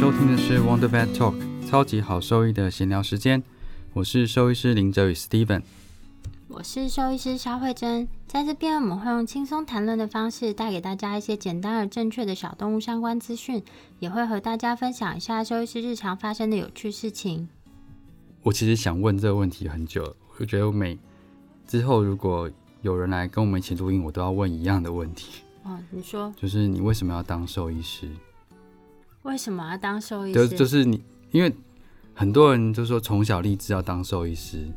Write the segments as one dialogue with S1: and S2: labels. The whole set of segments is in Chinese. S1: 收听的是 Wonder Vet Talk，超级好兽医的闲聊时间。我是兽医师林哲宇 Steven。
S2: 我是兽医师肖慧珍，在这边我们会用轻松谈论的方式，带给大家一些简单而正确的小动物相关资讯，也会和大家分享一下兽医师日常发生的有趣事情。
S1: 我其实想问这个问题很久了，我觉得我每之后如果有人来跟我们一起录音，我都要问一样的问题，
S2: 哦，你说
S1: 就是你为什么要当兽医师？
S2: 为什么要当兽医
S1: 就
S2: 师？
S1: 就是你，因为很多人就说从小立志要当兽医师，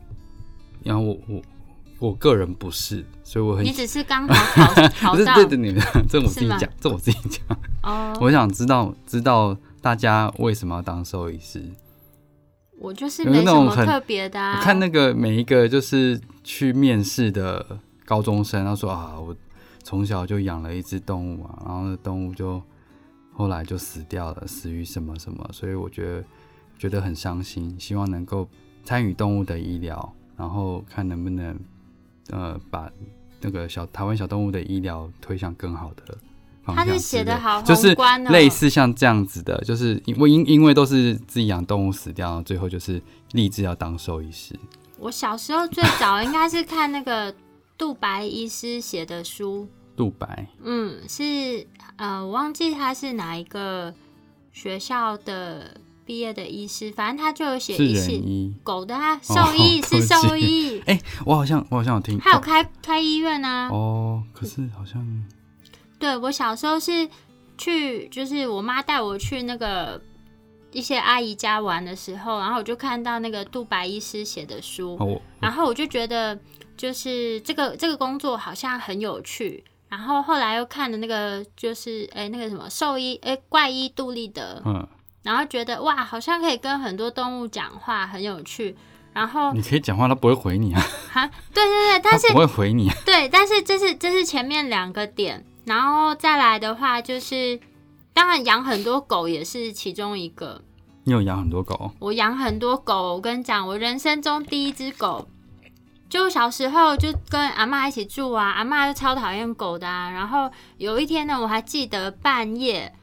S1: 然后我我我个人不是，所以我很
S2: 你只是刚 好考考
S1: 不是
S2: 到
S1: 对对你们，这我自己
S2: 是吗
S1: 讲，这我自己讲。
S2: 哦，
S1: 我想知道知道大家为什么要当兽医师？
S2: 我就是
S1: 有那
S2: 没什
S1: 种
S2: 么
S1: 很
S2: 特别的、啊。
S1: 我看那个每一个就是去面试的高中生，他说啊，我从小就养了一只动物啊，然后那动物就后来就死掉了，死于什么什么，所以我觉得觉得很伤心，希望能够参与动物的医疗，然后看能不能呃把那个小台湾小动物的医疗推向更好的方
S2: 他
S1: 向之类。
S2: 是写的好
S1: 就是
S2: 宏观哦，
S1: 类似像这样子的，就是因为因因为都是自己养动物死掉，然后最后就是立志要当兽医师。
S2: 我小时候最早应该是看那个杜白医师写的书，
S1: 杜白
S2: 嗯，是呃，我忘记他是哪一个学校的毕业的医师，反正他就有写
S1: 是
S2: 医
S1: 人
S2: 师
S1: 医，
S2: 狗的啊，
S1: 哦
S2: 兽医、
S1: 对不
S2: 是
S1: 起
S2: 兽医，
S1: 我好像我好像有听
S2: 还有嗯开开医院啊。
S1: 哦，可是好像
S2: 对我小时候是去，就是我妈带我去那个一些阿姨家玩的时候，然后我就看到那个杜白医师写的书，
S1: 哦，我
S2: 然后我就觉得，就是这个这个工作好像很有趣。然后后来又看了那个，就是诶、那个什么兽医诶、怪医杜立德，
S1: 嗯，
S2: 然后觉得哇，好像可以跟很多动物讲话，很有趣。然后
S1: 你可以讲话，他不会回你啊，
S2: 哈，对对对，但是
S1: 他不会回你、啊。
S2: 对，但是这是这是前面两个点，然后再来的话就是，当然养很多狗也是其中一个。
S1: 你有养很多狗，
S2: 我养很多狗，我跟你讲，我人生中第一只狗，就小时候就跟阿嬷一起住啊，阿嬷就超讨厌狗的啊。然后有一天呢，我还记得半夜，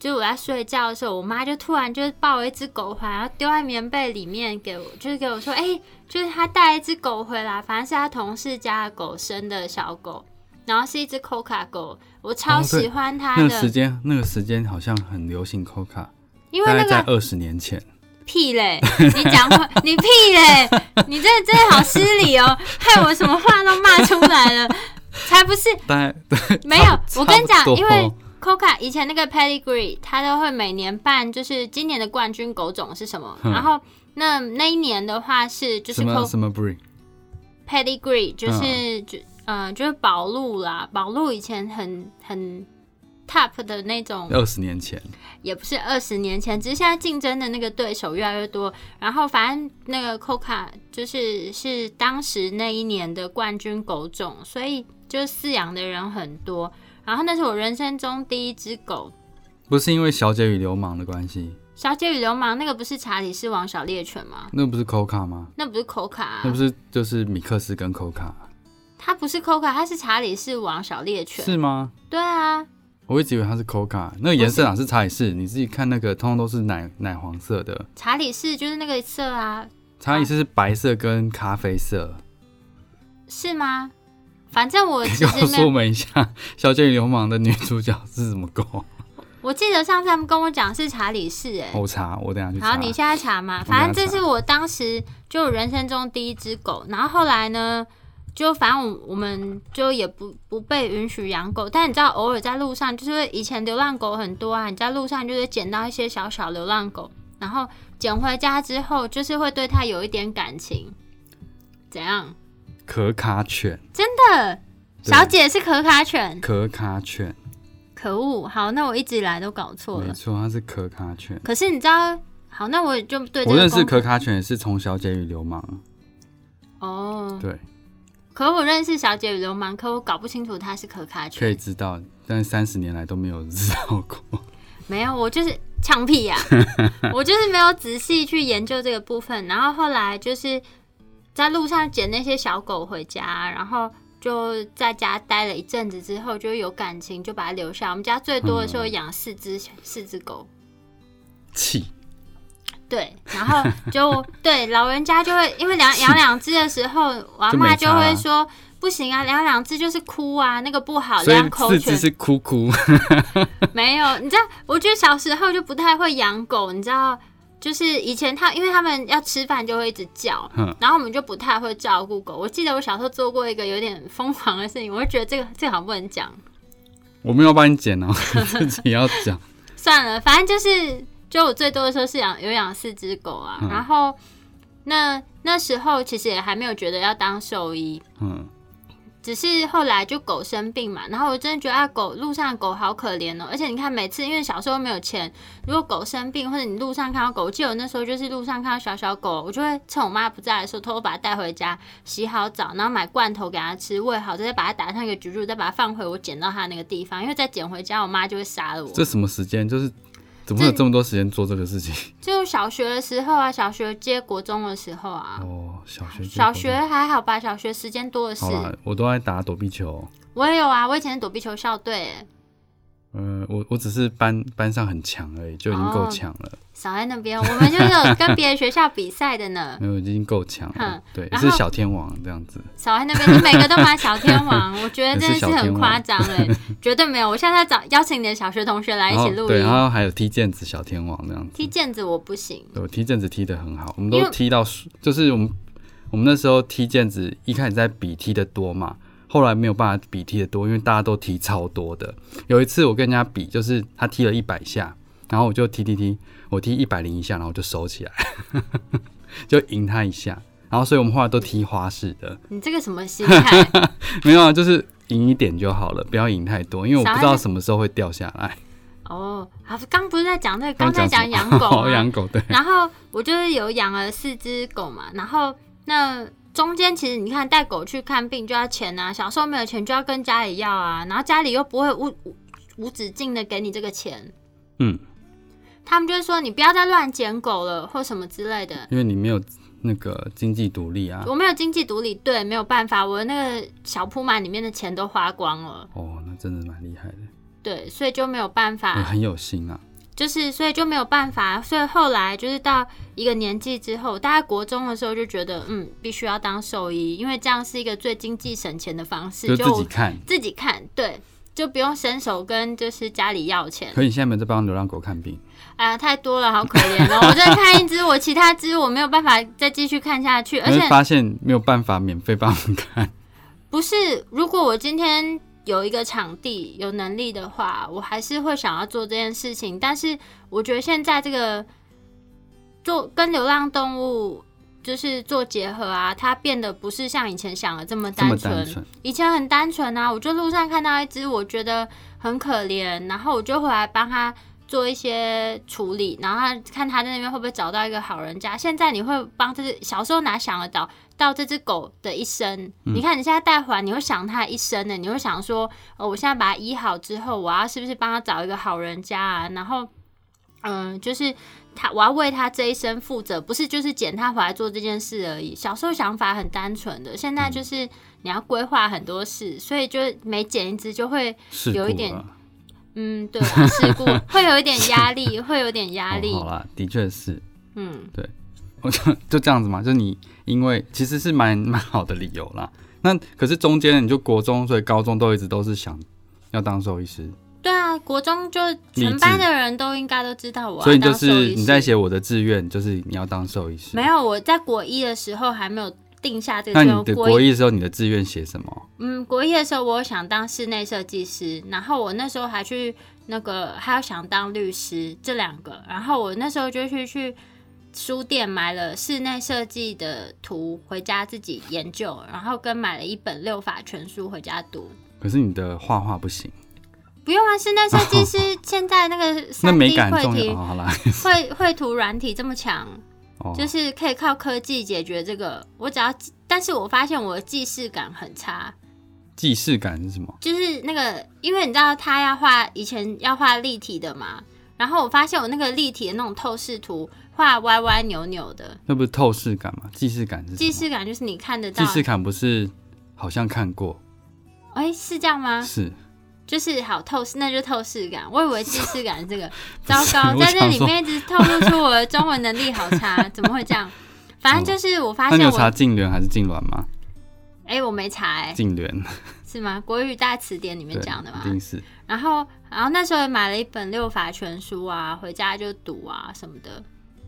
S2: 就是我在睡觉的时候，我妈就突然就是抱了一只狗回来，然后丢在棉被里面给我，就是给我说，哎、就是她带一只狗回来，反正是她同事家的狗生的小狗。然后是一只 Coca 狗，我超
S1: 哦对
S2: 喜欢它
S1: 那个
S2: 的，
S1: 时间那个时间好像很流行 Coca，
S2: 因为
S1: 大
S2: 那
S1: 概
S2: 个
S1: 在二十年前。
S2: 屁嘞！你讲话， 你屁嘞！你这真的好失礼哦，害我什么话都骂出来了。才不是，
S1: 大概
S2: 没有，我跟你讲
S1: 差不，多
S2: 因为 Coca 以前那个 Pedigree，它都会每年办，就是今年的冠军狗种是什么，
S1: 嗯
S2: 然后那那一年的话是就是
S1: 什么嗯
S2: Coca
S1: 什么 breed
S2: Pedigree，就是就呃就是宝路啦，宝路以前很很 top 的那种
S1: 二十年前，
S2: 也不是二十年前，只是现在竞争的那个对手越来越多。然后反正那个 Coca 就是是当时那一年的冠军狗种，所以就饲养的人很多。然后那是我人生中第一只狗，
S1: 不是因为《小姐与流氓》的关系，
S2: 《小姐与流氓》那个不是查理士王小猎犬吗？
S1: 那不是 Coca 吗？
S2: 那不是 Coca，、啊、
S1: 那不是就是米克斯跟 Coca
S2: 它不是 Coca，它是查理士王小猎犬。
S1: 是吗？
S2: 对啊，
S1: 我一直以为它是 Coca，那个颜
S2: 哦
S1: 色哪啊是茶也是，你自己看那个，通通都是奶奶黄色的，
S2: 查理士就是那个色啊，
S1: 茶也是是白色跟咖啡色。
S2: 是吗？反正我
S1: 可以
S2: 其
S1: 告
S2: 实没
S1: 诉我
S2: 有，
S1: 们一下，《小姐与流氓》的女主角是什么狗？
S2: 我记得上次他们跟我讲是查理士、欸，哎，
S1: 我查，我等一下去查。
S2: 好，你现在查嘛，
S1: 等下
S2: 反正这是我当时就人生中第一只狗，然后后来呢，就反正我我们就也不不被允许养狗，但你知道偶尔在路上，就是以前流浪狗很多啊，你在路上就是捡到一些小小流浪狗，然后捡回家之后，就是会对它有一点感情，怎样？
S1: 可卡犬，
S2: 的
S1: 对
S2: 小姐是可卡犬，
S1: 可卡犬，
S2: 可恶！好，那我一直以来都搞错
S1: 没
S2: 了。
S1: 错，它是可卡犬。
S2: 可是你知道，好，那我就对这
S1: 我
S2: 个
S1: 认识
S2: 公
S1: 可卡犬也是从《小姐与流氓》
S2: 哦，
S1: 对
S2: 可我认识小姐与流氓，可我搞不清楚她是可卡
S1: 可以
S2: 犬。
S1: 知道，但三十年来都没有人知道过。
S2: 没有，我就是呛 屁呀、我就是没有仔细去研究这个部分。然后后来就是在路上捡那些小狗回家，然后就在家待了一阵子之后，
S1: 嗯
S2: 就有感情，就把它留下。我们家最多的时候养四只、四只狗，
S1: 气，
S2: 对，然后就对老人家就会因为两养两只的时候，我阿
S1: 就没
S2: 妈就
S1: 差啊
S2: 会说不行啊，养两只就是哭啊，那个不好，
S1: 所以
S2: 两口
S1: 四只
S2: 犬
S1: 是哭哭，
S2: 没有，你知道，我觉得小时候就不太会养狗，你知道，就是以前它因为它们要吃饭就会一直叫
S1: 嗯，
S2: 然后我们就不太会照顾狗。我记得我小时候做过一个有点疯狂的事情，我就觉得这个这个好像不能讲，
S1: 我没有帮你 剪哦，自己要讲。
S2: 算了，反正就是，就我最多的时候是养有养四只狗啊，
S1: 嗯
S2: 然后那那时候其实也还没有觉得要当兽医，
S1: 嗯，
S2: 只是后来就狗生病嘛，然后我真的觉得啊，狗路上的狗好可怜哦。而且你看，每次因为小时候没有钱，如果狗生病或者你路上看到狗，我记得我那时候就是路上看到小小狗，我就会趁我妈不在的时候偷偷把它带回家，洗好澡，然后买罐头给它吃，喂好，再把它打上一个局局，再把它放回我捡到它那个地方，因为再捡回家，我妈就会杀了我。
S1: 这什么时间？就是怎么会有这么多时间做这个事情？
S2: 就小学的时候啊，小学接国中的时候啊，
S1: 哦，小学就
S2: 小学还好吧，小学时间多的是
S1: 好。啦，我都在打躲避球。
S2: 我也有啊，我以前是躲避球校队欸。
S1: 嗯、我我只是班班上很强而已，就已经够强了，
S2: 少在那边，我们就是有跟别的学校比赛的
S1: 。
S2: 呢
S1: 没有嗯已经够强了
S2: 嗯哼。
S1: 对，
S2: 然后
S1: 是小天王这样子。
S2: 少在那边，你每个都把小天王， 我觉得真的是
S1: 你是小天
S2: 很
S1: 王
S2: 夸张哎，绝对没有。我现在找邀请你的小学同学来一
S1: 然
S2: 起
S1: 后
S2: 录
S1: 对，然啊
S2: 音，
S1: 后还有踢毽子小天王这样子
S2: 踢。毽子我不行，
S1: 对，我踢毽子踢得很好，我们
S2: 因
S1: 都
S2: 为
S1: 踢到输，就是我们我们那时候踢毽子，一开始在比踢的多嘛，后来没有办法比踢的多，因为大家都踢超多的。有一次我跟人家比，就是他踢了一百下，然后我就踢踢踢，我踢一百零一下，然后我就收起来， 就赢他一下。然后所以我们后来都踢花式的，
S2: 你这个什么 心态？
S1: 没有啊，就是赢一点就好了，不要赢太多，因为我
S2: 小
S1: 不
S2: 孩
S1: 知道
S2: 子
S1: 什么时候会掉下来。
S2: 哦，好，刚不是在讲这个，刚才
S1: 什
S2: 讲
S1: 么
S2: 养 狗
S1: 哦
S2: 啊
S1: 养，狗对，
S2: 然后我就是有养了四只狗嘛，然后那中间其实你看带狗去看病就要钱啊，小时候没有钱就要跟家里要啊，然后家里又不会无无无止境的给你这个钱，
S1: 嗯，
S2: 他们就会说你不要再乱捡狗了或什么之类的。
S1: 因为你没有那个经济独立啊。
S2: 我没有经济独立，对，没有办法，我那个小铺满里面的钱都花光了，
S1: 哦，那真的蛮厉害的，
S2: 对，所以就没有办法。
S1: 也很有心啊。
S2: 就是所以就没有办法，所以后来就是到一个年纪之后，大概国中的时候就觉得，嗯，必须要当兽医，因为这样是一个最经济省钱的方式，
S1: 就自己
S2: 我
S1: 看。
S2: 自己看，对，就不用伸手跟就是家里要钱，
S1: 可你现在没有在帮流浪狗看病，
S2: 哎呀，太多了，好可怜哦！我这看一只，我其他只我没有办法再继续看下去，而
S1: 你
S2: 且
S1: 会发现 没有办法免费帮我们看。
S2: 不是，如果我今天有一个场地有能力的话，我还是会想要做这件事情。但是我觉得现在这个做跟流浪动物就是做结合啊，它变得不是像以前想的这么
S1: 这么
S2: 单
S1: 单
S2: 纯。
S1: 纯，
S2: 以前很单纯啊，我就路上看到一只，我觉得很可怜，然后我就回来帮它做一些处理，然后它看它在那边会不会找到一个好人家。现在你会帮这只小时候哪想得到到这只狗的一生？你看你现在带回来，你会想它一生呢，你会想说，哦，我现在把它医好之后，我要是不是帮它找一个好人家啊？然后，嗯，就是。他，我要为他这一生负责，不是就是捡他回来做这件事而已。小时候想法很单纯的，现在就是你要规划很多事，所以就每剪一只就会，
S1: 是
S2: 有一点嗯，对啊，事 故会有一点压力，会有点压力
S1: 哦。好啦，的确是，
S2: 嗯，
S1: 我就就这样子嘛，就你因为其实是蛮 蛮好的理由啦。那可是中间你就国中，所以高中都一直都是想要当兽医师，
S2: 对啊，国中就
S1: 励
S2: 全班
S1: 志
S2: 的人都应该都知道我要啊
S1: 所以你就
S2: 当兽
S1: 是
S2: 医
S1: 你在
S2: 师
S1: 写我的志愿，就是你要当兽医师。
S2: 没有？我在国一的时候还没有定下这个
S1: 那
S2: 志
S1: 你
S2: 愿，
S1: 的
S2: 国
S1: 国一的时候，你的志愿写什么？
S2: 嗯，国一的时候，我有想当室内设计师，然后我那时候还去那个，还有想当律师这两个，然后我那时候就去去书店买了室内设计的图回家自己研究，然后跟买了一本六法全书回家读。
S1: 可是你的画画不行，
S2: 不用啊，室内设 计师现在那个
S1: 那
S2: 三
S1: 美
S2: D
S1: 感
S2: 绘
S1: 重要。
S2: 图
S1: 哦好啦，
S2: 绘绘图软体这么强，
S1: 哦，
S2: 就是可以靠科技解决这个。我只要，但是我发现我的记事感很差。
S1: 既视感是什么？
S2: 就是那个，因为你知道他要画以前要画立体的嘛，然后我发现我那个立体的那种透视图画歪歪扭扭的，
S1: 那不是透视感吗？既视感是什么
S2: 既视感就是你看得到
S1: 既，视感不是好像看过，
S2: 哎、是这样吗？
S1: 是
S2: 就是好透视，那就透视感。我以为既视感是这个，糟
S1: 不是
S2: 糕，
S1: 我
S2: 在这
S1: 想
S2: 里
S1: 说
S2: 面一直透露出我的中文能力好差，怎么 会这样？反正就是我发
S1: 那你
S2: 现
S1: 有
S2: 我，
S1: 查
S2: 哎、
S1: 痉挛还是痉挛吗？
S2: 我没查、哎，
S1: 痉挛，
S2: 是吗？国语大词典里面
S1: 对，
S2: 讲的嘛
S1: 一。定是。
S2: 然后，然后那时候也买了一本《六法全书》啊，回家就读啊什么的。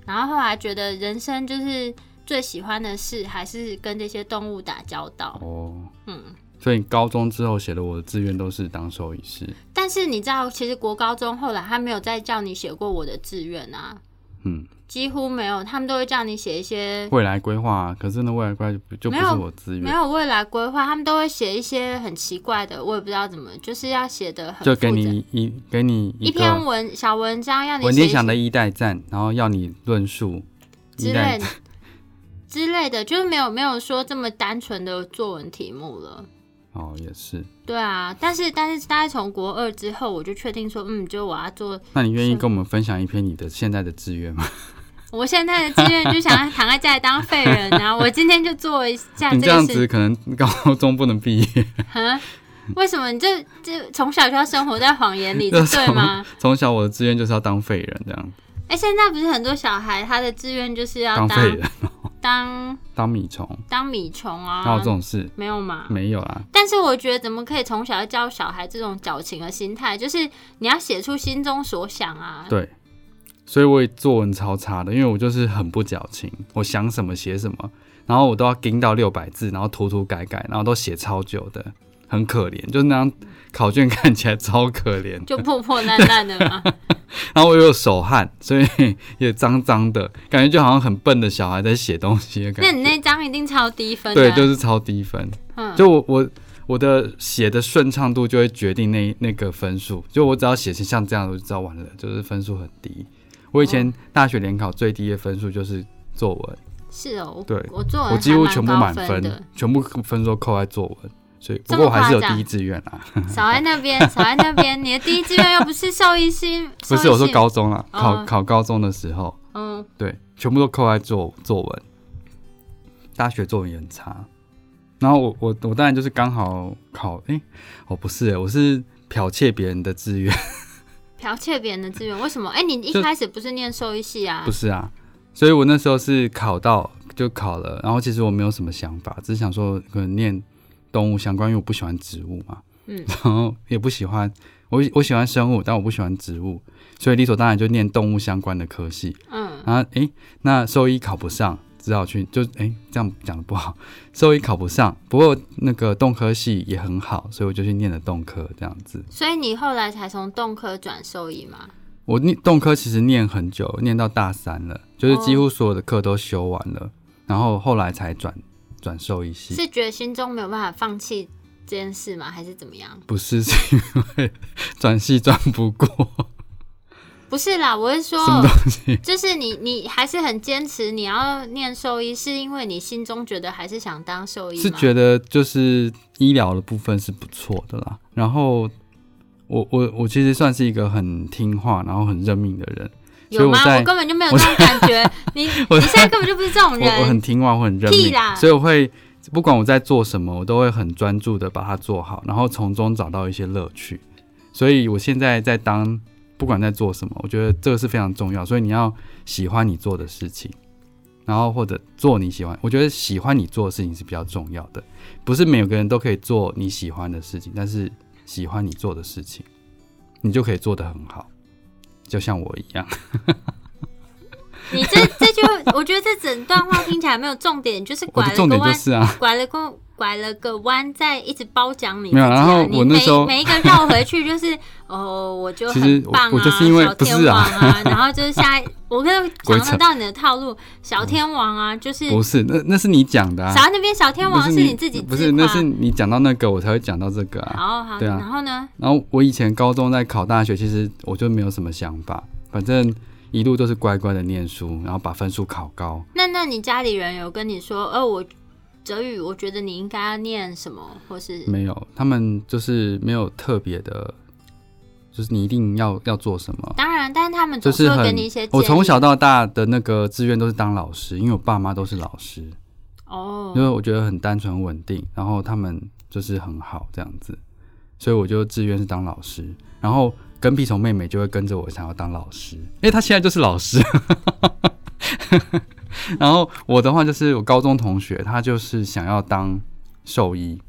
S2: 然后后来觉得人生就是最喜欢的事还是跟这些动物打交道。
S1: 哦，
S2: 嗯，
S1: 所以高中之后写的我的志愿都是当兽医师。
S2: 但是你知道，其实国高中后来他没有再叫你写过我的志愿啊，
S1: 嗯，
S2: 几乎没有，他们都会叫你写一些
S1: 未来规划、可是呢，未来规划就不就不
S2: 没
S1: 是
S2: 有
S1: 我志
S2: 没
S1: 愿，
S2: 有未来规划，他们都会写一些很奇怪的，我也不知道怎么，就是要写的很
S1: 就给
S2: 复杂
S1: 你一给你
S2: 一
S1: 个
S2: 篇文小文章，要你
S1: 文
S2: 写
S1: 天
S2: 一
S1: 祥
S2: 些
S1: 的一代站，然后要你论述
S2: 之
S1: 一
S2: 类
S1: 代
S2: 的之类的，就是没有没有说这么单纯的作文题目了。
S1: 哦，也是。
S2: 对啊，但是但是大概从国二之后，我就确定说，嗯，就我要做，
S1: 那你愿意
S2: 是
S1: 跟我们分享一篇你的现在的志愿吗？
S2: 我现在的志愿就想要躺在家里当 废人啊！我今天就做一下啊这
S1: 你这样
S2: 个事
S1: 子可能高中不能毕业，
S2: 啊？为什么你这这从小就要生活在谎言里，这
S1: 这
S2: 对吗？
S1: 从小我的志愿就是要当废人，这样
S2: 哎、现在不是很多小孩他的志愿就是要
S1: 当
S2: 当
S1: 废人，
S2: 当
S1: 当米虫，
S2: 当米虫
S1: 哪有
S2: 啊
S1: 这，种事？
S2: 没有嘛？
S1: 没有啦，
S2: 但是我觉得，怎么可以从小就教小孩这种矫情的心态？就是你要写出心中所想啊。
S1: 对，所以我也作文超差的，因为我就是很不矫情，我想什么写什么，然后我都要盯到六百字，然后涂涂改改，然后都写超久的，很可怜，就是那张考卷 看起来超可怜。
S2: 就破破烂烂的嘛。
S1: 然后我又有手汗，所以 也脏脏的，感觉就好像很笨的小孩在写东西 的感
S2: 那
S1: 觉。
S2: 你那张一定超低分的
S1: 对，
S2: 啊。
S1: 就是超低分。
S2: 嗯
S1: 就我我我的写的顺畅度就会决定那那个分数。就我只要写成像这样，我就知道完了，就是分数很低。我以
S2: 哦
S1: 前大学联考最低的分数就是作文，
S2: 是哦。我
S1: 对
S2: 我作文
S1: 我几乎
S2: 还蛮
S1: 全部
S2: 高
S1: 满
S2: 分
S1: 分
S2: 的，，
S1: 全部分数都扣在作文。所以，
S2: 这
S1: 不过
S2: 么
S1: 我还是有
S2: 夸张
S1: 第一志愿啊啦，
S2: 少在那 边，少在那边。你的第一志愿又不是兽医系，
S1: 不
S2: 兽
S1: 是
S2: 医
S1: 我说
S2: 系，
S1: 高中啦，考
S2: 哦
S1: 考高中的时候，
S2: 嗯，
S1: 对，全部都扣在作作文。大学作文也很差，然后我我我当然就是刚好考，诶，哦不是、诶，我是剽窃别人的志愿，
S2: 剽窃别人的志愿，为什么？哎、你一
S1: 就
S2: 开始不是念兽医系啊
S1: 不？是啊，所以我那时候是考到就考了，然后其实我没有什么想法，只是想说可能念动物相关，因为我不喜欢植物嘛，
S2: 嗯
S1: 然后也不喜欢我我喜欢生物，但我不喜欢植物，所以理所当然就念动物相关的科系。
S2: 嗯，
S1: 然后啊诶，那兽医考不上，只好去就诶，这样讲的不好，兽医考不上，不过那个动科系也很好，所以我就去念了动科这样子。
S2: 所以你后来才从动科转兽医嘛？
S1: 我念动科其实念很久，念到大三了，就是几
S2: 哦
S1: 乎所有的课都修完了，然后后来才转转兽医系。
S2: 是觉得心中没有办法放弃这件事吗？还是怎么样？
S1: 不是是因为 转系转不过，
S2: 不是啦，我是
S1: 什么
S2: 说，
S1: 东西？
S2: 就是你你还是很坚持你要念兽医，是因为你心中觉得还是想当兽医吗？
S1: 是觉得就是医疗的部分是不错的啦。然后我我我其实算是一个很听话，然后很认命的人。 所以
S2: 有
S1: 我
S2: 吗？
S1: 在
S2: 我根本就没有这种感觉，你
S1: 我
S2: 你现在根本就不是这种
S1: 我我
S2: 人
S1: 很。听话，我很认
S2: 屁
S1: 命
S2: 啦，
S1: 所以我会不管我在做什么，我都会很专注的把它做好，然后从中找到一些乐趣。所以我现在在当，不管在做什么，我觉得这个是非常重要。所以你要喜欢你做的事情，然后或者做你喜欢，我觉得喜欢你做的事情是比较重要的。不是每个人都可以做你喜欢的事情，但是喜欢你做的事情，你就可以做得很好，就像我一样。
S2: 你这这句，我觉得这整段话听起来没有重点，就是
S1: 我
S2: 拐
S1: 的
S2: 了
S1: 重
S2: 个
S1: 点就
S2: 弯，
S1: 是啊，
S2: 拐了个拐了个弯，在一直褒奖你自己
S1: 没
S2: 啊。
S1: 有然后
S2: 你
S1: 我那
S2: 每
S1: 时候
S2: 每一个绕回去就是哦，我就
S1: 其
S2: 很
S1: 实我
S2: 棒啊，
S1: 我就是因为
S2: 小
S1: 不是
S2: 天王
S1: 啊嗯
S2: 啊，然后就是下一，我跟
S1: 鬼
S2: 想
S1: 扯
S2: 得到你的套 路，小天王啊，就是
S1: 不是那那是你讲的啊。
S2: 小那边小天王
S1: 不
S2: 是
S1: 你
S2: 你自己自
S1: 不是，那是你讲到那个，我才会讲到这个啊。
S2: 好好，
S1: 对啊
S2: 然后呢？
S1: 然后我以前高中在考大学，其实我就没有什么想法，反正一路都是乖乖的念书，然后把分数考高。
S2: 那那你家里人有跟你说，呃，我哲宇，我觉得你应该要念什么，或是
S1: 没有，他们就是没有特别的，就是你一定要要做什么，
S2: 当然，但是他们
S1: 就
S2: 总
S1: 是
S2: 会
S1: 很
S2: 给你一些建议。
S1: 我从小到大的那个志愿都是当老师，因为我爸妈都是老师，因
S2: 哦，
S1: 为我觉得很单纯稳定，然后他们就是很好这样子，所以我就志愿是当老师。然后跟屁虫妹妹就会跟着我想要当老师，因为她现在就是老师。 然后我的话就是我高中同学，他就是想要当兽医，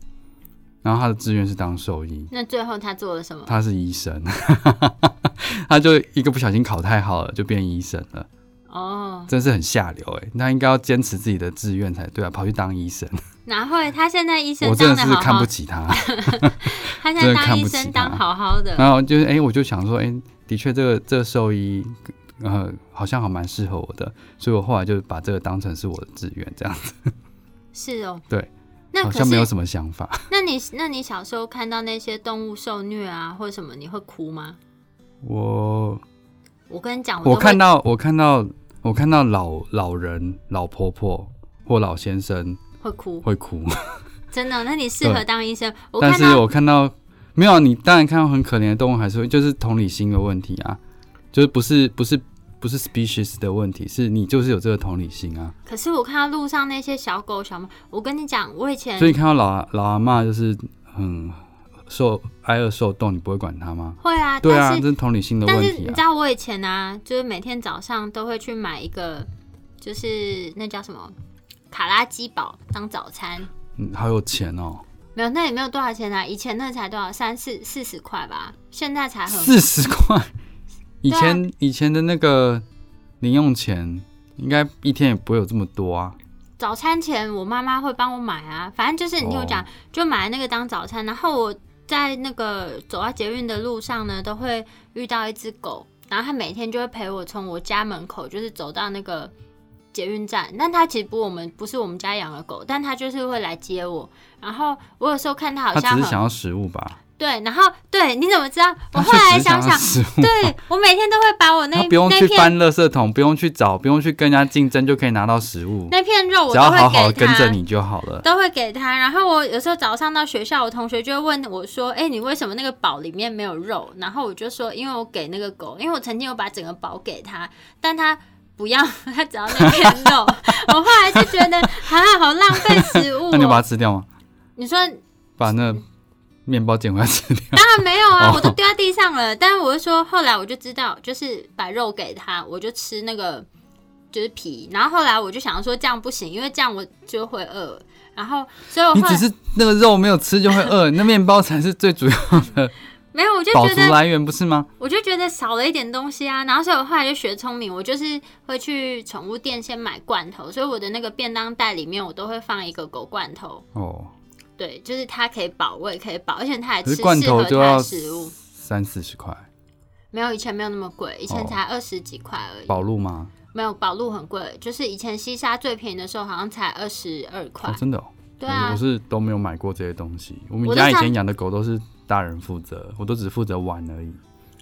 S1: 然后他的志愿是当兽医，
S2: 那最后他做了什么？
S1: 他是医生， 他就一个不小心考太好了，就变医生了，
S2: 哦，
S1: 真是很下流哎、那应该要坚持自己的志愿才对啊，跑去当医生，
S2: 哪会？他现在医生
S1: 我真
S2: 当
S1: 的
S2: 的
S1: 是
S2: 好
S1: 看
S2: 好
S1: 不，起他。
S2: 他现
S1: 真
S2: 在
S1: 的看
S2: 当医
S1: 不起他
S2: 生当好好的。
S1: 然后就是，哎、我就想说，哎、的确，这个这个兽医，呃，好像还蛮适合我的，所以我后来就把这个当成是我的志愿，这样子，
S2: 是哦，
S1: 对。
S2: 那
S1: 好
S2: 可
S1: 像没有
S2: 是，
S1: 什么想法。
S2: 那你那你小时候看到那些动物受虐啊，或者什么，你会哭吗？
S1: 我
S2: 我跟你讲，我
S1: 我
S2: 都
S1: 看
S2: 会
S1: 到我看到我看到老老人、老婆婆或老先生
S2: 会哭，
S1: 会哭，
S2: 真的。那你适合
S1: 对
S2: 当医生。我
S1: 但
S2: 看
S1: 是
S2: 到
S1: 我看到没有，啊你当然看到很可怜的动物，还是会就是同理心的问题啊，就是不是不是不是 species 的问题，是你就是有这个同理心啊。
S2: 可是我看到路上那些小狗小猫，我跟你讲，我以前
S1: 所以你看到老阿老阿嬷就是很受挨饿受冻，你不会管她吗？
S2: 会啊，
S1: 对啊，
S2: 但
S1: 这
S2: 是
S1: 是同理心的
S2: 但
S1: 问
S2: 是
S1: 题
S2: 你知
S1: 啊。
S2: 道我以前啊，就是每天早上都会去买一个，就是那叫什么卡拉鸡堡当早餐。
S1: 嗯，好有钱哦，
S2: 没有，那也没有多少钱啊！以前那才多少，三四四十块吧，现在才很
S1: 四十 块。
S2: 啊
S1: 以前、以前的那个零用钱，应该一天也不会有这么多啊。
S2: 早餐前我妈妈会帮我买啊，反正就是你听我讲，
S1: 哦
S2: 就买那个当早餐。然后我在那个走到捷运的路上呢，都会遇到一只狗，然后它每天就会陪我从我家门口就是走到那个捷运站。但它其实不我们不是我们家养的狗，但它就是会来接我。然后我有时候看它好
S1: 他只
S2: 像
S1: 是
S2: 很
S1: 想要食物吧？
S2: 对，然后对你怎么知道？哦我
S1: 他
S2: 后
S1: 就只
S2: 来
S1: 是
S2: 想
S1: 想要
S2: 想，
S1: 食物。
S2: 对我每天都会把我那
S1: 他不用
S2: 那
S1: 去
S2: 片
S1: 翻垃圾桶，不用去找，不用去跟人家竞争，就可以拿到食物。
S2: 那片肉我
S1: 只
S2: 都
S1: 要
S2: 会
S1: 好好
S2: 给
S1: 跟
S2: 它。
S1: 着你就好了。
S2: 都会给他。然后我有时候早上到学校，我同学就会问我说：“哎、你为什么那个堡里面没有肉？”然后我就说：“因为我给那个狗，因为我曾经有把整个堡给他，但他。”不要， 他只要那片 肉。我后来就觉得啊，好浪费食物、
S1: 那你把它
S2: 哦。
S1: 吃掉吗？
S2: 你说
S1: 把那面包捡回来吃掉。
S2: 当然没有啊，
S1: 哦
S2: 我都丢在地上了。 但是我就说，后来我就知道，就是把肉给他，我就吃那个就是皮。然后后来我就想说，这样不行，因为这样我就会饿。然后，所以 我
S1: 你
S2: 后
S1: 只
S2: 来
S1: 是那个肉没有吃就会饿，那面包才是最主要
S2: 没有，我就
S1: 饱
S2: 觉
S1: 足
S2: 得
S1: 来源，不是吗？
S2: 我就觉得少了一点东西啊，然后所以我后来就学聪明，我就是会去宠物店先买罐头，所以我的那个便当袋里面我都会放一个狗罐头，
S1: 哦，
S2: 对，就是它可以保胃，可以保，而且它还
S1: 可
S2: 哎吃
S1: 是罐
S2: 适
S1: 头
S2: 合
S1: 就
S2: 它
S1: 要
S2: 的食物，
S1: 三四十块，
S2: 没有以前没有那么贵，以前
S1: 哦
S2: 才二十几块而已，
S1: 饱路吗？
S2: 没有宝路很贵，就是以前西沙最便宜的时候好像才二十二块
S1: 哦，，真的、哦。
S2: 对啊
S1: 我我是都没有买过这些东西。我们
S2: 我都
S1: 家以
S2: 上
S1: 前养的狗都是大人负责，我都只负责玩而已。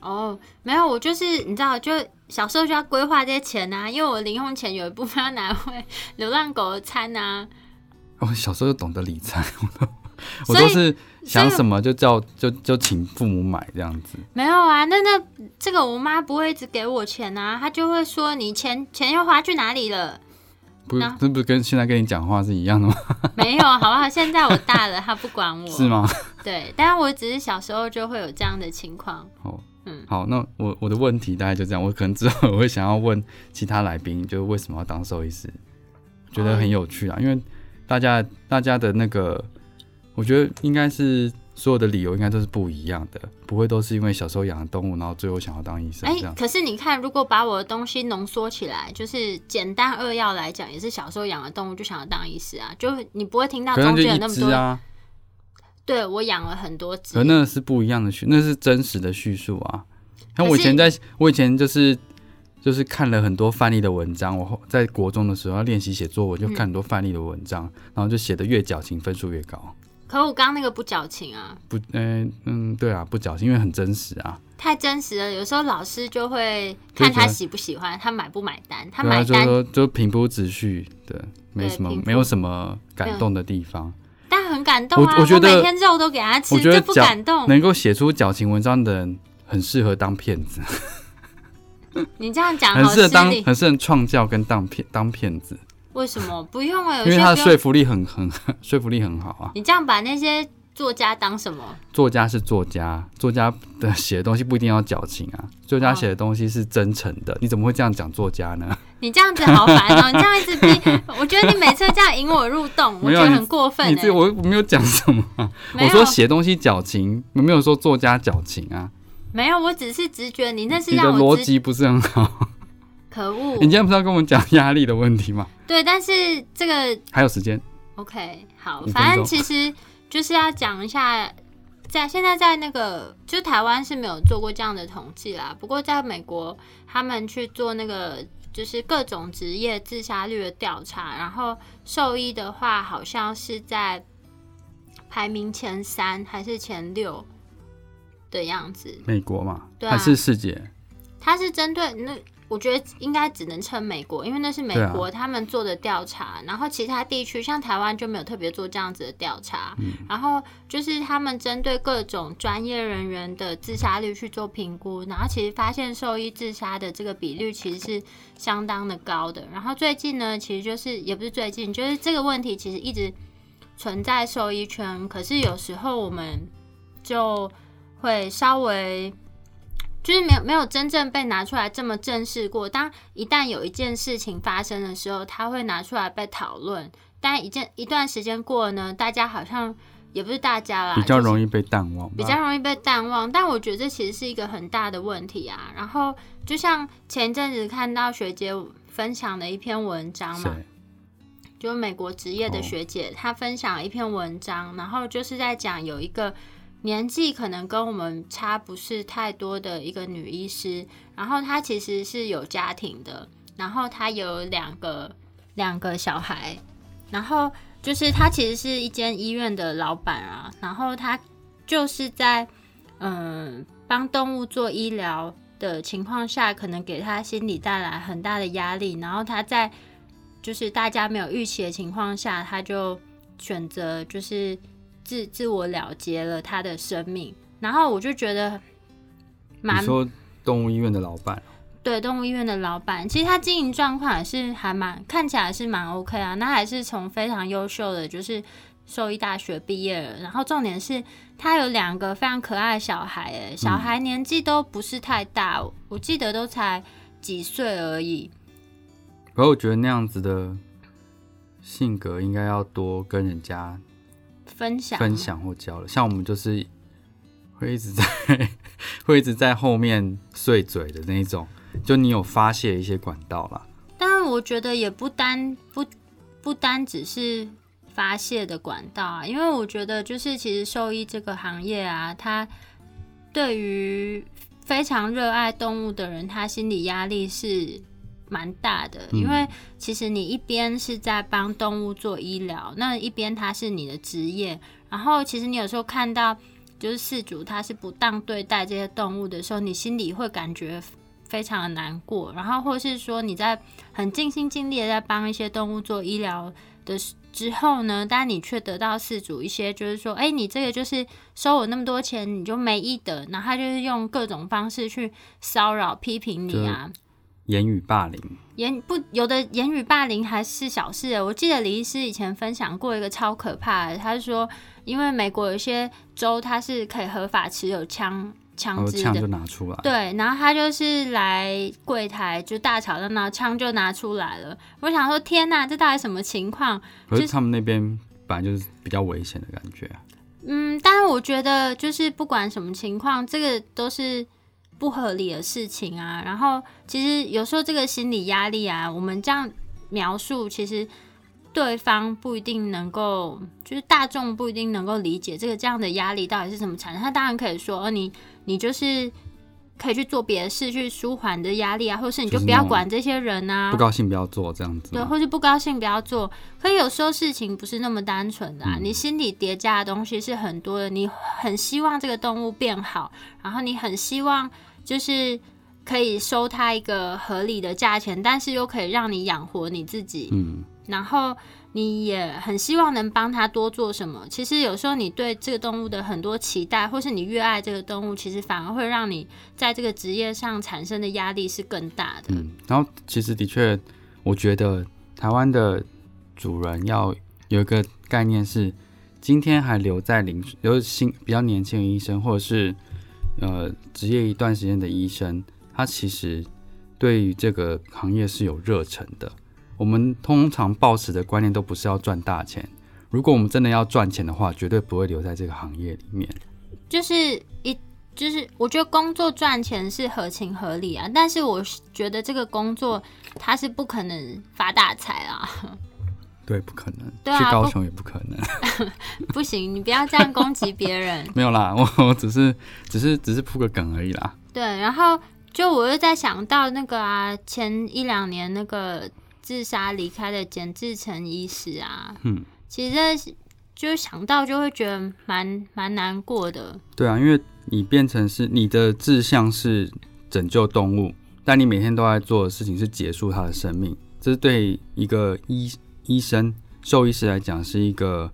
S2: 哦，没有，我就是你知道，就小时候就要规划这些钱啊，因为我零用钱有一部分要拿回 流浪狗的餐啊。
S1: 我小时候就懂得理财，我
S2: 所
S1: 都
S2: 以
S1: 我都是想
S2: 所以
S1: 什么就叫就就请父母买这样子。
S2: 没有啊，那那这个我妈不会一直给我钱啊，她就会说你钱钱又花去哪里了？
S1: 不
S2: 那，
S1: 这不是跟现在跟你讲话是一样的吗？
S2: 没有，好不好？现在我大了，她不管我。
S1: 是？吗？
S2: 对，但我只是小时候就会有这样的情况。
S1: 好，
S2: 嗯
S1: 好，那我我的问题大概就这样。我可能之后我会想要问其他来宾，就是为什么要当兽医师，觉得很有趣啊。因为大家大家的那个，我觉得应该是所有的理由应该都是不一样的，不会都是因为小时候养的动物，然后最后想要当医生
S2: 哎、
S1: 这样。
S2: 可是你看，如果把我的东西浓缩起来，就是简单扼要来讲，也是小时候养的动物就想要当医师啊，就是你不会听到
S1: 可能
S2: 中
S1: 就
S2: 间有
S1: 一
S2: 那么
S1: 只
S2: 多。
S1: 啊，
S2: 对我养了很多只
S1: 可，那是不一样的叙，那是真实的叙述啊。那我
S2: 可
S1: 以
S2: 是
S1: 前在，我以前就是就是看了很多范例的文章，我后在国中的时候要练习写作文，就看很多范例的文章，然后就写的越矫情，分数越高。
S2: 可我刚刚那个不矫情啊，
S1: 不，嗯、嗯，对啊，不矫情，因为很真实啊。
S2: 太真实了。有时候老师就会
S1: 就
S2: 看
S1: 觉
S2: 他
S1: 得
S2: 喜不喜欢，他买不买单，他
S1: 对啊，
S2: 买
S1: 就是
S2: 单
S1: 说就平铺直叙的，没
S2: 对
S1: 什么
S2: 平，铺啊
S1: 没有什么
S2: 没
S1: 感
S2: 有
S1: 动的地方。
S2: 但很感动啊！
S1: 我我觉得
S2: 每天肉都给他吃，
S1: 我觉得
S2: 这不
S1: 讲
S2: 感动。
S1: 能够写出矫情文章的人，很适合当骗子，
S2: 你这样讲
S1: 很
S2: 好
S1: 适
S2: 失
S1: 合当，
S2: 礼。
S1: 很适合创教跟当骗当骗子。
S2: 为什么不用啊？有
S1: 因为
S2: 些
S1: 他的
S2: 不 用。
S1: 说服力很很说服力很好啊。
S2: 你这样把那些作家当什么？
S1: 作家是作家，作家的写的东西不一定要矫情啊，作家写的东西是真诚的，你怎么会这样讲作家呢？
S2: 你这样子好烦 哦、你这样一直逼，我觉得你每次这样引我入洞，我
S1: 没
S2: 觉
S1: 有
S2: 得
S1: 你
S2: 很过分、
S1: 你这
S2: 欸。
S1: 我我没有讲什么啊、
S2: 没
S1: 我
S2: 有
S1: 说写东西矫情，我没有说作家矫情啊，
S2: 没有，我只是直觉，你那是
S1: 你的
S2: 让我
S1: 逻
S2: 知哦
S1: 辑不是很好。
S2: 可恶
S1: 你。今天不是要跟我们讲压力的问题吗？
S2: 对，但是这个
S1: 还有时间，
S2: OK，好
S1: 五，分
S2: 反
S1: 钟
S2: 正其实就是要讲一下，在现在在那个，就台湾是没有做过这样的统计啦。不过在美国，他们去做那个就是各种职业自杀率的调查，然后兽医的话好像是在排名前三还是前六的样子。
S1: 美国嘛，
S2: 对啊
S1: 还是世界？
S2: 它是针对那，我觉得应该只能称美国，因为那是美
S1: 对啊
S2: 国他们做的调查，然后其他地区像台湾就没有特别做这样子的调查，
S1: 嗯
S2: 然后就是他们针对各种专业人员的自杀率去做评估，然后其实发现兽医自杀的这个比率其实是相当的高的，然后最近呢，其实就是也不是最近，就是这个问题其实一直存在兽医圈，可是有时候我们就会稍微。就是没有没有真正被拿出来这么正视过。当一旦有一件事情发生的时候，它会拿出来被讨论。但一件一段时间过了呢，大家好像也不是大家啦，
S1: 比较
S2: 啊就是
S1: 容易被淡忘吧，
S2: 比较容易被淡忘。但我觉得这其实是一个很大的问题啊。然后就像前阵子看到学姐分享的一篇文章嘛，
S1: 谁？
S2: 就美国职业的
S1: 哦
S2: 学姐，她分享了一篇文章，然后就是在讲有一个年纪可能跟我们差不是太多的一个女医师，然后她其实是有家庭的，然后她有两个两个小孩，然后就是她其实是一间医院的老板啊，然后她就是在嗯帮动物做医疗的情况下，可能给她心理带来很大的压力，然后她在就是大家没有预期的情况下，他就选择就是自自我了结了他的生命。然后我就觉得蛮
S1: 你说动物医院的老板，
S2: 对动物医院的老板，其实他经营状况也是还蛮看起来是蛮 OK 啊，那还是从非常优秀的就是兽医大学毕业了，然后重点是他有两个非常可爱的小孩，诶，
S1: 嗯
S2: 小孩年纪都不是太大，我记得都才几岁而已，
S1: 可我觉得那样子的性格应该要多跟人家
S2: 分享
S1: 分享或交流。像我们就是会一直在 会一直在后面碎嘴的那一种，就你有发泄一些管道啦。
S2: 当然，我觉得也不单不不单只是发泄的管道啊，因为我觉得就是其实兽医这个行业啊，它对于非常热爱动物的人，他心理压力是蛮大的，因为其实你一边是在帮动物做医疗，那一边它是你的职业，然后其实你有时候看到。就是饲主他是不当对待这些动物的时候，你心里会感觉非常的难过，然后或是说你在很尽心尽力的在帮一些动物做医疗的时之后呢，但你却得到饲主一些就是说，哎、你这个就是收我那么多钱，你就没医德，然后他就是用各种方式去骚扰、批评你啊，
S1: 言语霸凌，
S2: 言不有的言语霸凌还是小事欸。我记得李医师以前分享过一个超可怕的，他是说，因为美国有些州它是可以合法持有枪
S1: 然
S2: 枪
S1: 后
S2: 支
S1: 哦枪
S2: 的
S1: 就，拿出来，
S2: 对，然后他就是来柜台就大吵大闹，枪就拿出来了。我想说，天呐，这到底什么情况？
S1: 可
S2: 就是
S1: 他们那边本来就是比较危险的感觉啊。
S2: 嗯，但是我觉得就是不管什么情况，这个都是不合理的事情啊。然后其实有时候这个心理压力啊，我们这样描述，其实对方不一定能够，就是大众不一定能够理解这个这样的压力到底是怎么产生。他当然可以说，哦，你你就是。可以去做别的事去舒缓你的压力啊，或是你就
S1: 就是
S2: 不
S1: 那
S2: 要
S1: 种
S2: 管这些人啊，
S1: 不高兴不要做这样子
S2: 对，
S1: 嘛，
S2: 或是不高兴不要做。可有时候事情不是那么单纯的、啊，
S1: 嗯
S2: 你心里叠加的东西是很多的，你很希望这个动物变好，然后你很希望就是可以收它一个合理的价钱，但是又可以让你养活你自己。
S1: 嗯，
S2: 然后你也很希望能帮他多做什么。其实有时候你对这个动物的很多期待，或是你越爱这个动物，其实反而会让你在这个职业上产生的压力是更大的。
S1: 嗯，然后其实的确，我觉得台湾的主人要有一个概念是，今天还留在临，有新比较年轻的医生，或者是呃职业一段时间的医生，他其实对于这个行业是有热忱的。我们通常抱持的观念都不是要赚大钱，如果我们真的要赚钱的话，绝对不会留在这个行业里面。
S2: 就是一就是我觉得工作赚钱是合情合理啊，但是我是觉得这个工作它是不可能发大财啊，
S1: 对，不可能，
S2: 对啊
S1: 去高
S2: 不
S1: 雄也不可能。
S2: 不行，你不要这样攻击别人。
S1: 没有啦，我我只是只是只是铺个梗而已啦。
S2: 对，然后就我又在想到那个啊，前一两年那个自杀离开的简志成医师啊，
S1: 嗯，
S2: 其实就想到就会觉得蛮蛮难过的，
S1: 对啊，因为你变成是你的志向是拯救动物，但你每天都在做的事情是结束它的生命，这是对一个医医生、兽医师来讲是一个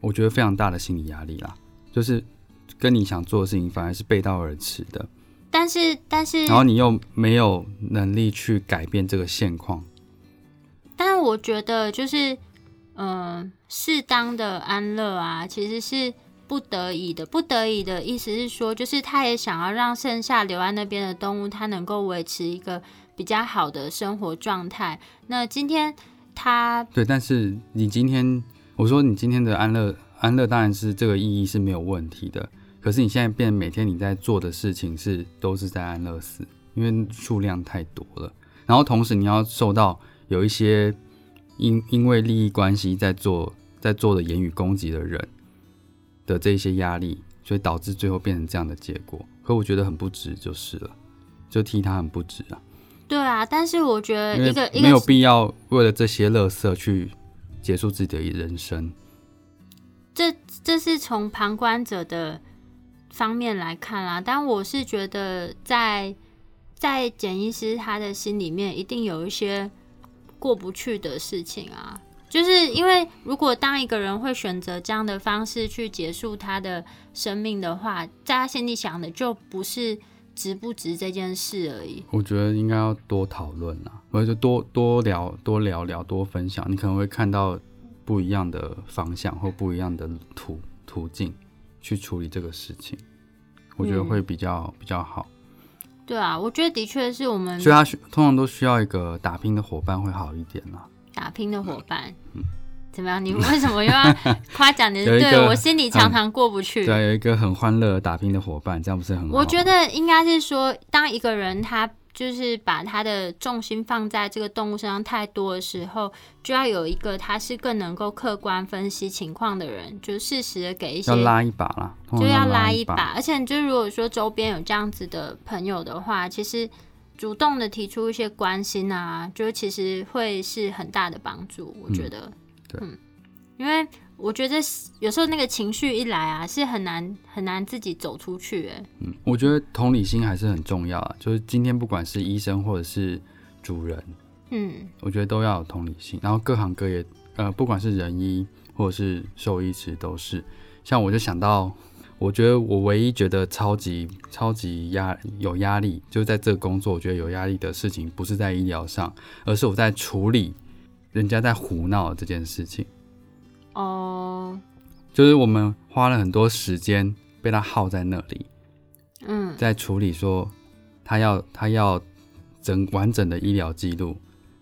S1: 我觉得非常大的心理压力啦，就是跟你想做的事情反而是背道而驰的，
S2: 但是但是
S1: 然后你又没有能力去改变这个现况。
S2: 但我觉得就是，嗯，适当的安乐啊，其实是不得已的。不得已的意思是说，就是他也想要让剩下留在那边的动物，它能够维持一个比较好的生活状态。那今天他
S1: 对，但是你今天，我说你今天的安乐安乐当然是这个意义是没有问题的，可是你现在变每天你在做的事情是都是在安乐死，因为数量太多了，然后同时你要受到有一些因因为利益关系在做在做的言语攻击的人的这一些压力，所以导致最后变成这样的结果，可我觉得很不值就是了，就替他很不值啊。
S2: 对啊，但是我觉得
S1: 因
S2: 一个
S1: 为
S2: 一
S1: 没有
S2: 个
S1: 必要为了这些垃圾去结束自己的人生。
S2: 这这是从旁观者的方面来看啦，但我是觉得在在简医师他的心里面一定有一些过不去的事情啊，就是因为如果当一个人会选择这样的方式去结束他的生命的话，在他心里想的就不是值不值这件事而已。
S1: 我觉得应该要多讨论啊，或者就多多聊、多聊聊、多分享，你可能会看到不一样的方向或不一样的途途径去处理这个事情。我觉得
S2: 嗯
S1: 会比较、比较好，
S2: 对啊，我觉得的确是我们
S1: 所以他需通常都需要一个打拼的伙伴会好一点啦。
S2: 打拼的伙伴。怎么样？你为什么又要 夸奖你？
S1: 嗯有一
S2: 对
S1: 个
S2: 我心里常常过不去。
S1: 对啊，有一个很欢乐的打拼的伙伴，这样不是很好？
S2: 我觉，得应该是说，当一个人他就是把他的重心放在这个动物身上太多的时候，就要有一个他是更能够客观分析情况的人，就适时的给一些
S1: 要拉一把啦，通
S2: 就
S1: 常
S2: 要
S1: 拉
S2: 拉
S1: 一
S2: 一把。而且，就如果说周边有这样子的朋友的话，其实主动的提出一些关心啊，就其实会是很大的帮助。我觉得，
S1: 对
S2: 嗯，因为我觉得有时候那个情绪一来啊，是很难很难自己走出去、欸。
S1: 嗯我觉得同理心还是很重要啊。就是今天不管是医生或者是主人，
S2: 嗯，
S1: 我觉得都要有同理心。然后各行各业，呃，不管是人医或者是兽医，其实都是。像我就想到，我觉得我唯一觉得超级超级压有压力，就是在这个工作，我觉得有压力的事情，不是在医疗上，而是我在处理人家在胡闹的这件事情。
S2: 哦，
S1: 就是我们花了很多时间被他耗在那里，
S2: 嗯，
S1: 在处理说他要他要整完整的医疗记录，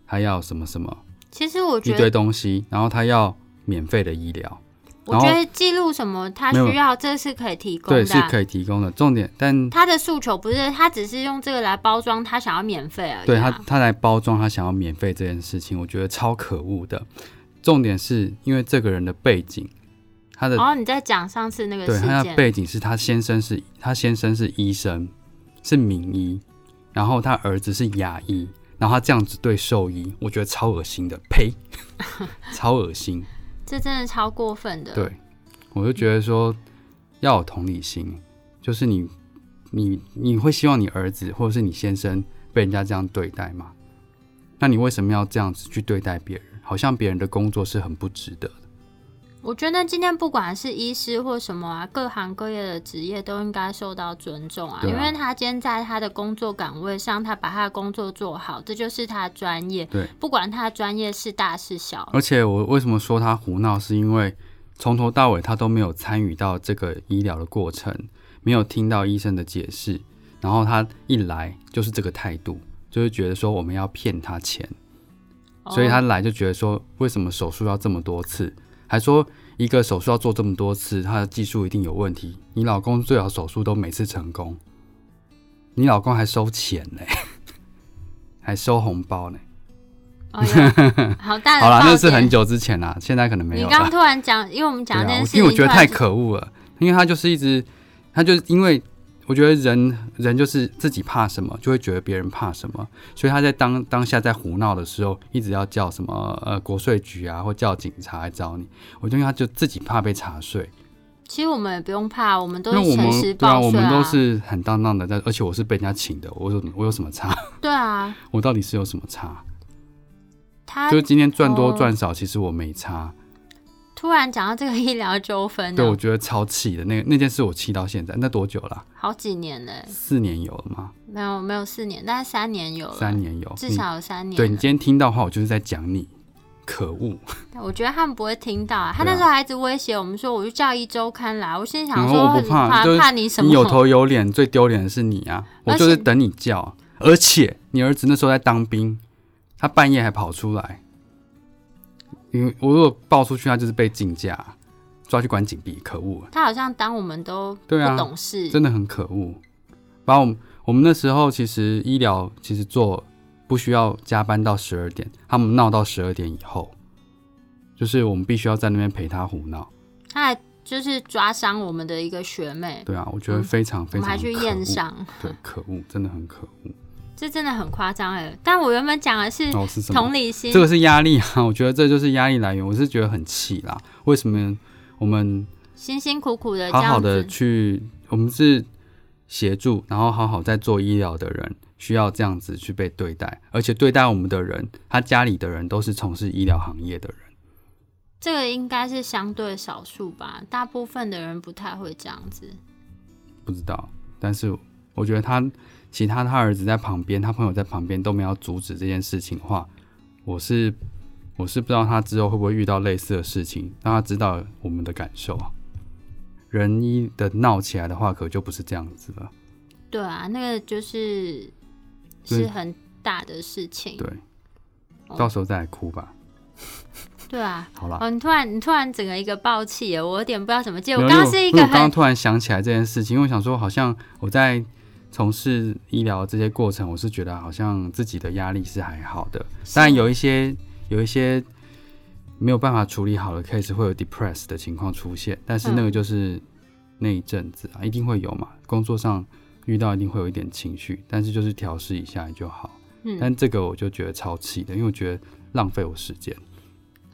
S1: 他要什么什么
S2: 其实我
S1: 一
S2: 觉
S1: 堆
S2: 得，
S1: 东西，然后他要免费的医疗，
S2: 我
S1: 然后
S2: 觉得记录什么他
S1: 没有
S2: 需要，这是可以提供
S1: 对，
S2: 的
S1: 是
S2: 啊、
S1: 可以提供的。重点，但
S2: 他的诉求不是他只是用这个来包装他想要免费而已、啊。
S1: 对他他来包装他想要免费这件事情，我觉得超可恶的。重点是因为这个人的背景，他的、
S2: 哦，你在讲上次那个
S1: 对
S2: 事
S1: 他的
S2: 件，
S1: 背景是他先生是他先生是医生，是名医，然后他儿子是牙医，然后他这样子对兽医，我觉得超恶心的， 呸，超恶心。
S2: 这真的超过分的。
S1: 对，我就觉得说要有同理心，就是你你你会希望你儿子或者是你先生被人家这样对待吗？那你为什么要这样子去对待别人？好像别人的工作是很不值得的。
S2: 我觉得今天不管是医师或什么啊，各行各业的职业都应该受到尊重啊，
S1: 对啊
S2: 因为他今天在他的工作岗位上，他把他的工作做好，这就是他的专业。
S1: 对，
S2: 不管他的专业是大是小，
S1: 而且我为什么说他胡闹，是因为从头到尾他都没有参与到这个医疗的过程，没有听到医生的解释，然后他一来就是这个态度，就是觉得说我们要骗他钱，嗯
S2: 哦
S1: 所以他来就觉得说为什么手术要这么多次，还说一个手术要做这么多次，他的技术一定有问题，你老公最好手术都每次成功，你老公还收钱呢， 还收红包呢。
S2: 哦 哟好大的
S1: 好啦，
S2: 爆
S1: 那是
S2: 点
S1: 很久之前啦，现在可能没
S2: 哎你
S1: 有
S2: 刚
S1: 了
S2: 刚。突然讲，因为我们
S1: 对
S2: 讲那
S1: 啊
S2: 件，事
S1: 我
S2: 情，
S1: 因为我觉得
S2: 突然
S1: 太
S2: 就
S1: 可恶了，因为他就是一直，他就是因为我觉得人人就是自己怕什么，就会觉得别人怕什么，所以他在当当下在胡闹的时候，一直要叫什么呃国税局啊，或叫警察来找你。我觉得他就自己怕被查税，
S2: 其实我们也不用怕，我们都
S1: 因为
S2: 是
S1: 我
S2: 诚
S1: 们
S2: 实
S1: 对啊，
S2: 报
S1: 我
S2: 税
S1: 们都是很当当的，但而且我是被人家请的，我有我有什么差？
S2: 对啊，
S1: 我到底是有什么差？
S2: 他
S1: 就是今天赚多
S2: 哦
S1: 赚少，其实我没差。
S2: 突然讲到这个医疗纠纷
S1: 对，我
S2: 呢，
S1: 觉得超气的，那那件事我气到现在，那多久了啊、
S2: 好几年了，
S1: 四年有了吗？
S2: 没有没有四年，但是三年有了，
S1: 三年有，
S2: 至少有三
S1: 你
S2: 年。
S1: 对你今天听到的话，我就是在讲你，可恶！
S2: 我觉得他们不会听到啊。他
S1: 对啊
S2: 那时候还一直威胁我们说，我就叫一周刊来。我心里想
S1: 然
S2: 说，
S1: 后嗯我不
S2: 很
S1: 怕
S2: 怕
S1: 就是
S2: 怕你什么？
S1: 你有头有脸，最丢脸的是你啊！我就是
S2: 而且
S1: 等你叫，而且你儿子那时候在当兵，他半夜还跑出来，因为我如果报出去，他就是被禁驾，抓去关禁闭，可恶！
S2: 他好像当我们都不
S1: 对啊
S2: 懂事，
S1: 真的很可恶。把我们我们那时候其实医疗其实做不需要加班到十二点，他们闹到十二点以后，就是我们必须要在那边陪他胡闹。
S2: 他还就是抓伤我们的一个学妹，
S1: 对啊，我觉得非常
S2: 嗯我
S1: 非
S2: 们
S1: 常
S2: 还去
S1: 可
S2: 验
S1: 恶，
S2: 伤，
S1: 对，可恶，真的很可恶。
S2: 这真的很夸张哎。但我原本讲的是
S1: 然后是什么
S2: 同？理心
S1: 这，个是压力啊， 我觉得这就是压力来源。我是觉得很气啦，为什么我们
S2: 辛辛苦苦的这
S1: 好好
S2: 样
S1: 的
S2: 子，
S1: 去，我们是协助，然后好好在做医疗的人，需要这样子去被对待，而且对待我们的人，他家里的人都是从事医疗行业的人，
S2: 这个应该是相对少数吧，大部分的人不太会这样子。
S1: 不知道。但是我觉得他其他他儿子在旁边，他朋友在旁边都没有阻止这件事情的话，我是我是不知道他之后会不会遇到类似的事情，让他知道我们的感受啊。人一的闹起来的话，可就不是这样子了。
S2: 对啊，那个就是
S1: 对
S2: 是很大的事情。
S1: 对
S2: 哦
S1: 到时候再来哭吧。
S2: 对啊，
S1: 好啦，
S2: 哦，你突然你突然整个一个爆气耶，我有点不知道怎么接。
S1: 没有
S2: 我刚
S1: 因为
S2: 刚是一
S1: 因为
S2: 个
S1: 我刚刚
S2: 很
S1: 突然想起来这件事情，因为我想说，好像我在从事医疗这些过程，我是觉得好像自己的压力是还好的，但有一些有一些没有办法处理好的 case 会有 depress 的情况出现，但是那
S2: 嗯
S1: 个就是那一阵子啊，一定会有嘛，工作上遇到一定会有一点情绪，但是就是调试一下就好。
S2: 嗯
S1: 但这个我就觉得超气的，因为我觉得浪费我时间，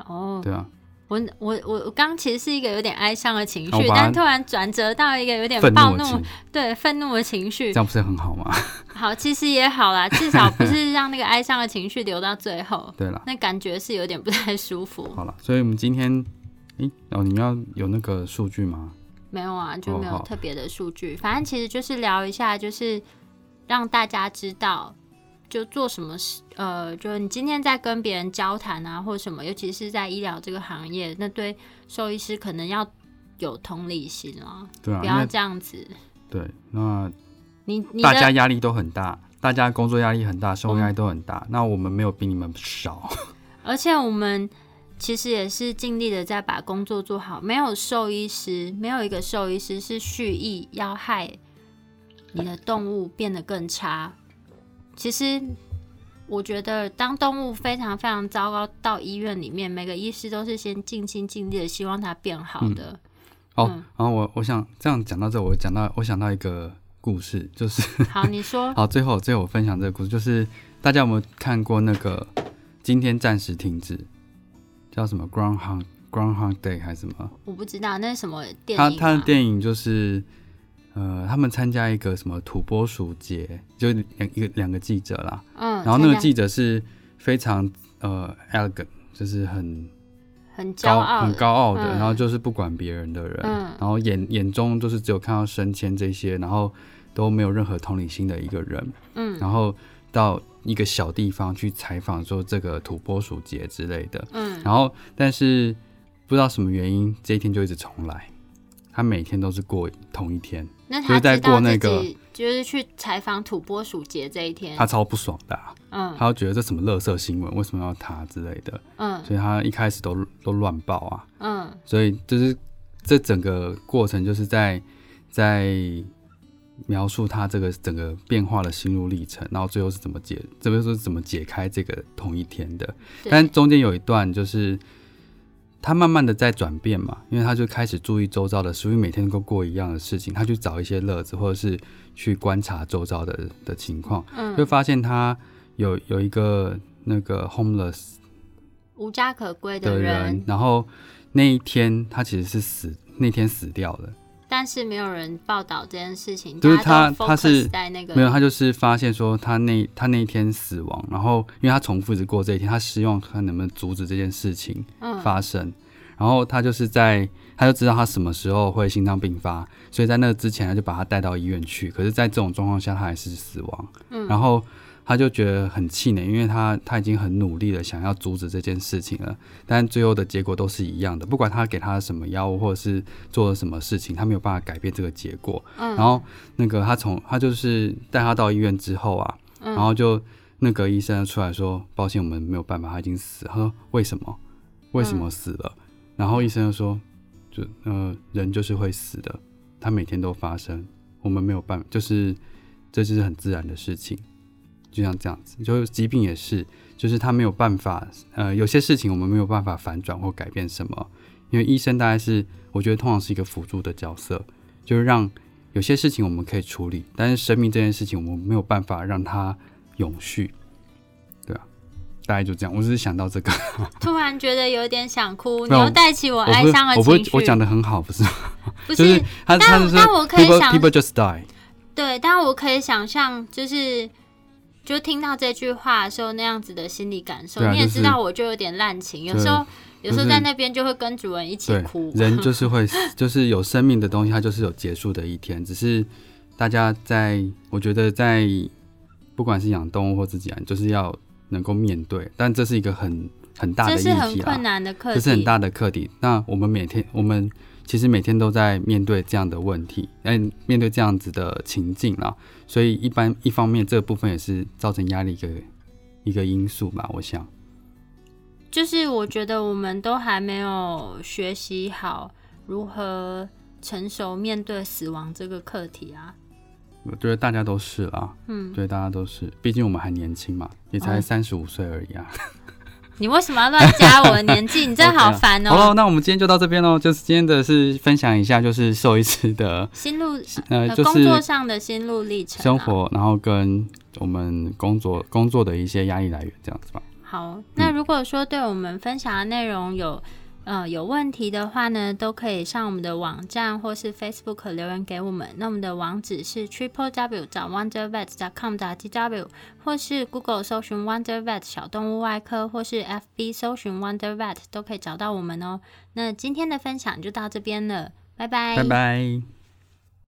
S2: 哦，
S1: 对啊，
S2: 我我我我刚其实是一个有点哀伤的情
S1: 好
S2: 绪，
S1: 吧
S2: 但突然转折到一个有点
S1: 愤
S2: 暴
S1: 怒的
S2: 怒
S1: 情，，
S2: 对愤怒的情绪
S1: 这。样不是很好吗？
S2: 好，其实也好啦，至少不是让那个哀伤的情绪留到最后，
S1: 对啦。
S2: 那感觉是有点不太舒服。
S1: 好了，所以我们今天，诶、哦，你们要有那个数据吗？
S2: 没有啊，就
S1: 哦
S2: 没有
S1: 好
S2: 特别的数据，反正其实就是聊一下，就是让大家知道。就做什么事，呃，就是你今天在跟别人交谈啊，或什么，尤其是在医疗这个行业，那对兽医师可能要有同理心啊，
S1: 对啊，
S2: 不
S1: 因
S2: 要
S1: 为
S2: 这样子。
S1: 对，那
S2: 你你嗯
S1: 大家
S2: 的
S1: 压力都很大，大家工作压力很大，生活压力都很大。那我们没有比你们少，
S2: 而且我们其实也是尽力的在把工作做好，没有兽医师，没有一个兽医师是蓄意要害你的动物变得更差。其实我觉得，当动物非常非常糟糕到医院里面，每个医师都是先尽心尽力的希望它变好的。
S1: 哦，
S2: 嗯
S1: 然后我我想这样讲到这，我讲到我想到一个故事，就是
S2: 好，你说
S1: 嗯好，最后最后我分享这个故事，就是大家有没有看过那个今天暂时停止，叫什么 Groundhog Groundhog Day 还是什么？
S2: 我不知道那是什么电
S1: 他
S2: 影、
S1: 他的
S2: 啊？
S1: 电影就是，呃，他们参加一个什么土拨鼠节，就两一个两个记者啦，
S2: 嗯，
S1: 然后那个
S2: 参加
S1: 记者是非常呃 elegant，就是很
S2: 很骄
S1: 高
S2: 傲
S1: 很
S2: 的，
S1: 高傲的，
S2: 嗯
S1: 然后就是不管别人的人，
S2: 嗯
S1: 然后眼眼中就是只有看到升迁这些，然后都没有任何同理心的一个人，
S2: 嗯
S1: 然后到一个小地方去采访说这个土拨鼠节之类的，
S2: 嗯
S1: 然后但是不知道什么原因，这一天就一直重来。他每天都是过同一天，
S2: 那
S1: 就
S2: 他
S1: 是在
S2: 知道
S1: 过那
S2: 自
S1: 个
S2: 己就是去采访土拨鼠节这一天，
S1: 他超不爽的啊、
S2: 嗯
S1: 他就觉得这什么垃圾新闻，为什么要他之类的，
S2: 嗯
S1: 所以他一开始都都乱报啊。
S2: 嗯
S1: 所以就是这整个过程就是在在描述他这个整个变化的心路历程，然后最后是怎么解，这边说是怎么解开这个同一天的。
S2: 对
S1: 但中间有一段就是他慢慢的在转变嘛，因为他就开始注意周遭的，所以每天能够过一样的事情，他去找一些乐子，或者是去观察周遭的的情况，就
S2: 嗯，
S1: 发现他有有一个那个 homeless
S2: 无家可归
S1: 的
S2: 的
S1: 人，，然后那一天他其实是死，那天死掉的，
S2: 但是没有人报道这件事情，
S1: 就是
S2: 大家都
S1: 他他是
S2: focus 在那个
S1: 没有，他就是发现说他那他那一天死亡，然后因为他重复一直过这一天，他希望他能不能阻止这件事情
S2: 嗯
S1: 发生，然后他就是在他就知道他什么时候会心脏病发，所以在那之前他就把他带到医院去，可是，在这种状况下他还是死亡，
S2: 嗯
S1: 然后。他就觉得很气馁，因为他他已经很努力的想要阻止这件事情了，但最后的结果都是一样的。不管他给他什么药物，或者是做了什么事情，他没有办法改变这个结果。
S2: 嗯
S1: 然后那个他从他就是带他到医院之后啊，
S2: 嗯
S1: 然后就那个医生出来说：“抱歉，我们没有办法，他已经死。”他说：“为什么？为什么死了？”然后医生就说：“就呃，人就是会死的，他每天都发生，我们没有办法，就是这就是很自然的事情。”就像这样子，就是疾病也是，就是他没有办法，呃，有些事情我们没有办法反转或改变什么，因为医生大概是，我觉得通常是一个辅助的角色，就是让有些事情我们可以处理，但是生命这件事情我们没有办法让它永续，对啊，大概就这样。我只是想到这个，
S2: 突然觉得有点想哭，你
S1: 没有
S2: 又带起我
S1: 我
S2: 哀
S1: 不是
S2: 伤的
S1: 我不
S2: 情
S1: 是
S2: 绪。
S1: 我讲的很好，不是吗？
S2: 不
S1: 就是是他他就是
S2: 但我可以
S1: people
S2: 想
S1: people just die，
S2: 对，但我可以想象，就是就听到这句话的时候那样子的心理感受。
S1: 对啊
S2: 你也
S1: 就是
S2: 知道，我就有点滥情，有
S1: 对
S2: 时候有时
S1: 就
S2: 候
S1: 是
S2: 在那边就会跟主人一起
S1: 对
S2: 哭，。嗯
S1: 人就是会死，就是有生命的东西，它就是有结束的一天。只是大家在，我觉得在不管是养动物或自己养，啊就是要能够面对，但这是一个很很大的
S2: 这
S1: 议
S2: 是很
S1: 题
S2: 困
S1: 啦，
S2: 难的课
S1: 这是很
S2: 题。
S1: 大的课题。那我们每天，我们其实每天都在面对这样的问题，哎，面对这样子的情境啦。所以一般一方面，这部分也是造成压力一个一个因素吧，我想。
S2: 就是我觉得我们都还没有学习好如何成熟面对死亡这个课题啊。
S1: 我觉得大家都是啦，
S2: 嗯，
S1: 对，大家都是，毕竟我们还年轻嘛，也才
S2: 嗯
S1: 三十五岁而已啊。
S2: 你为什么要乱加我的年纪？你真的好
S1: OK 啊
S2: 烦
S1: 好
S2: 哦、
S1: 了，那我们今天就到这边喽。就是今天的是分享一下，就是兽医师的
S2: 心路
S1: 呃，
S2: 呃
S1: 就
S2: 工作
S1: 是
S2: 上的心路历程、啊，
S1: 生活，然后跟我们工作工作的一些压力来源这样子吧。
S2: 好，那如果说对我们分享的内容有呃有问题的话呢，都可以上我们的网站或是 Facebook 留言给我们。那我们的网址是 triple w 找 wonder vet com 打 t w，或是 Google 搜寻 wonder vet 小动物外科，或是 FB 搜寻 wonder vet 都可以找到我们哦。那今天的分享就到这边了，拜拜，
S1: 拜拜。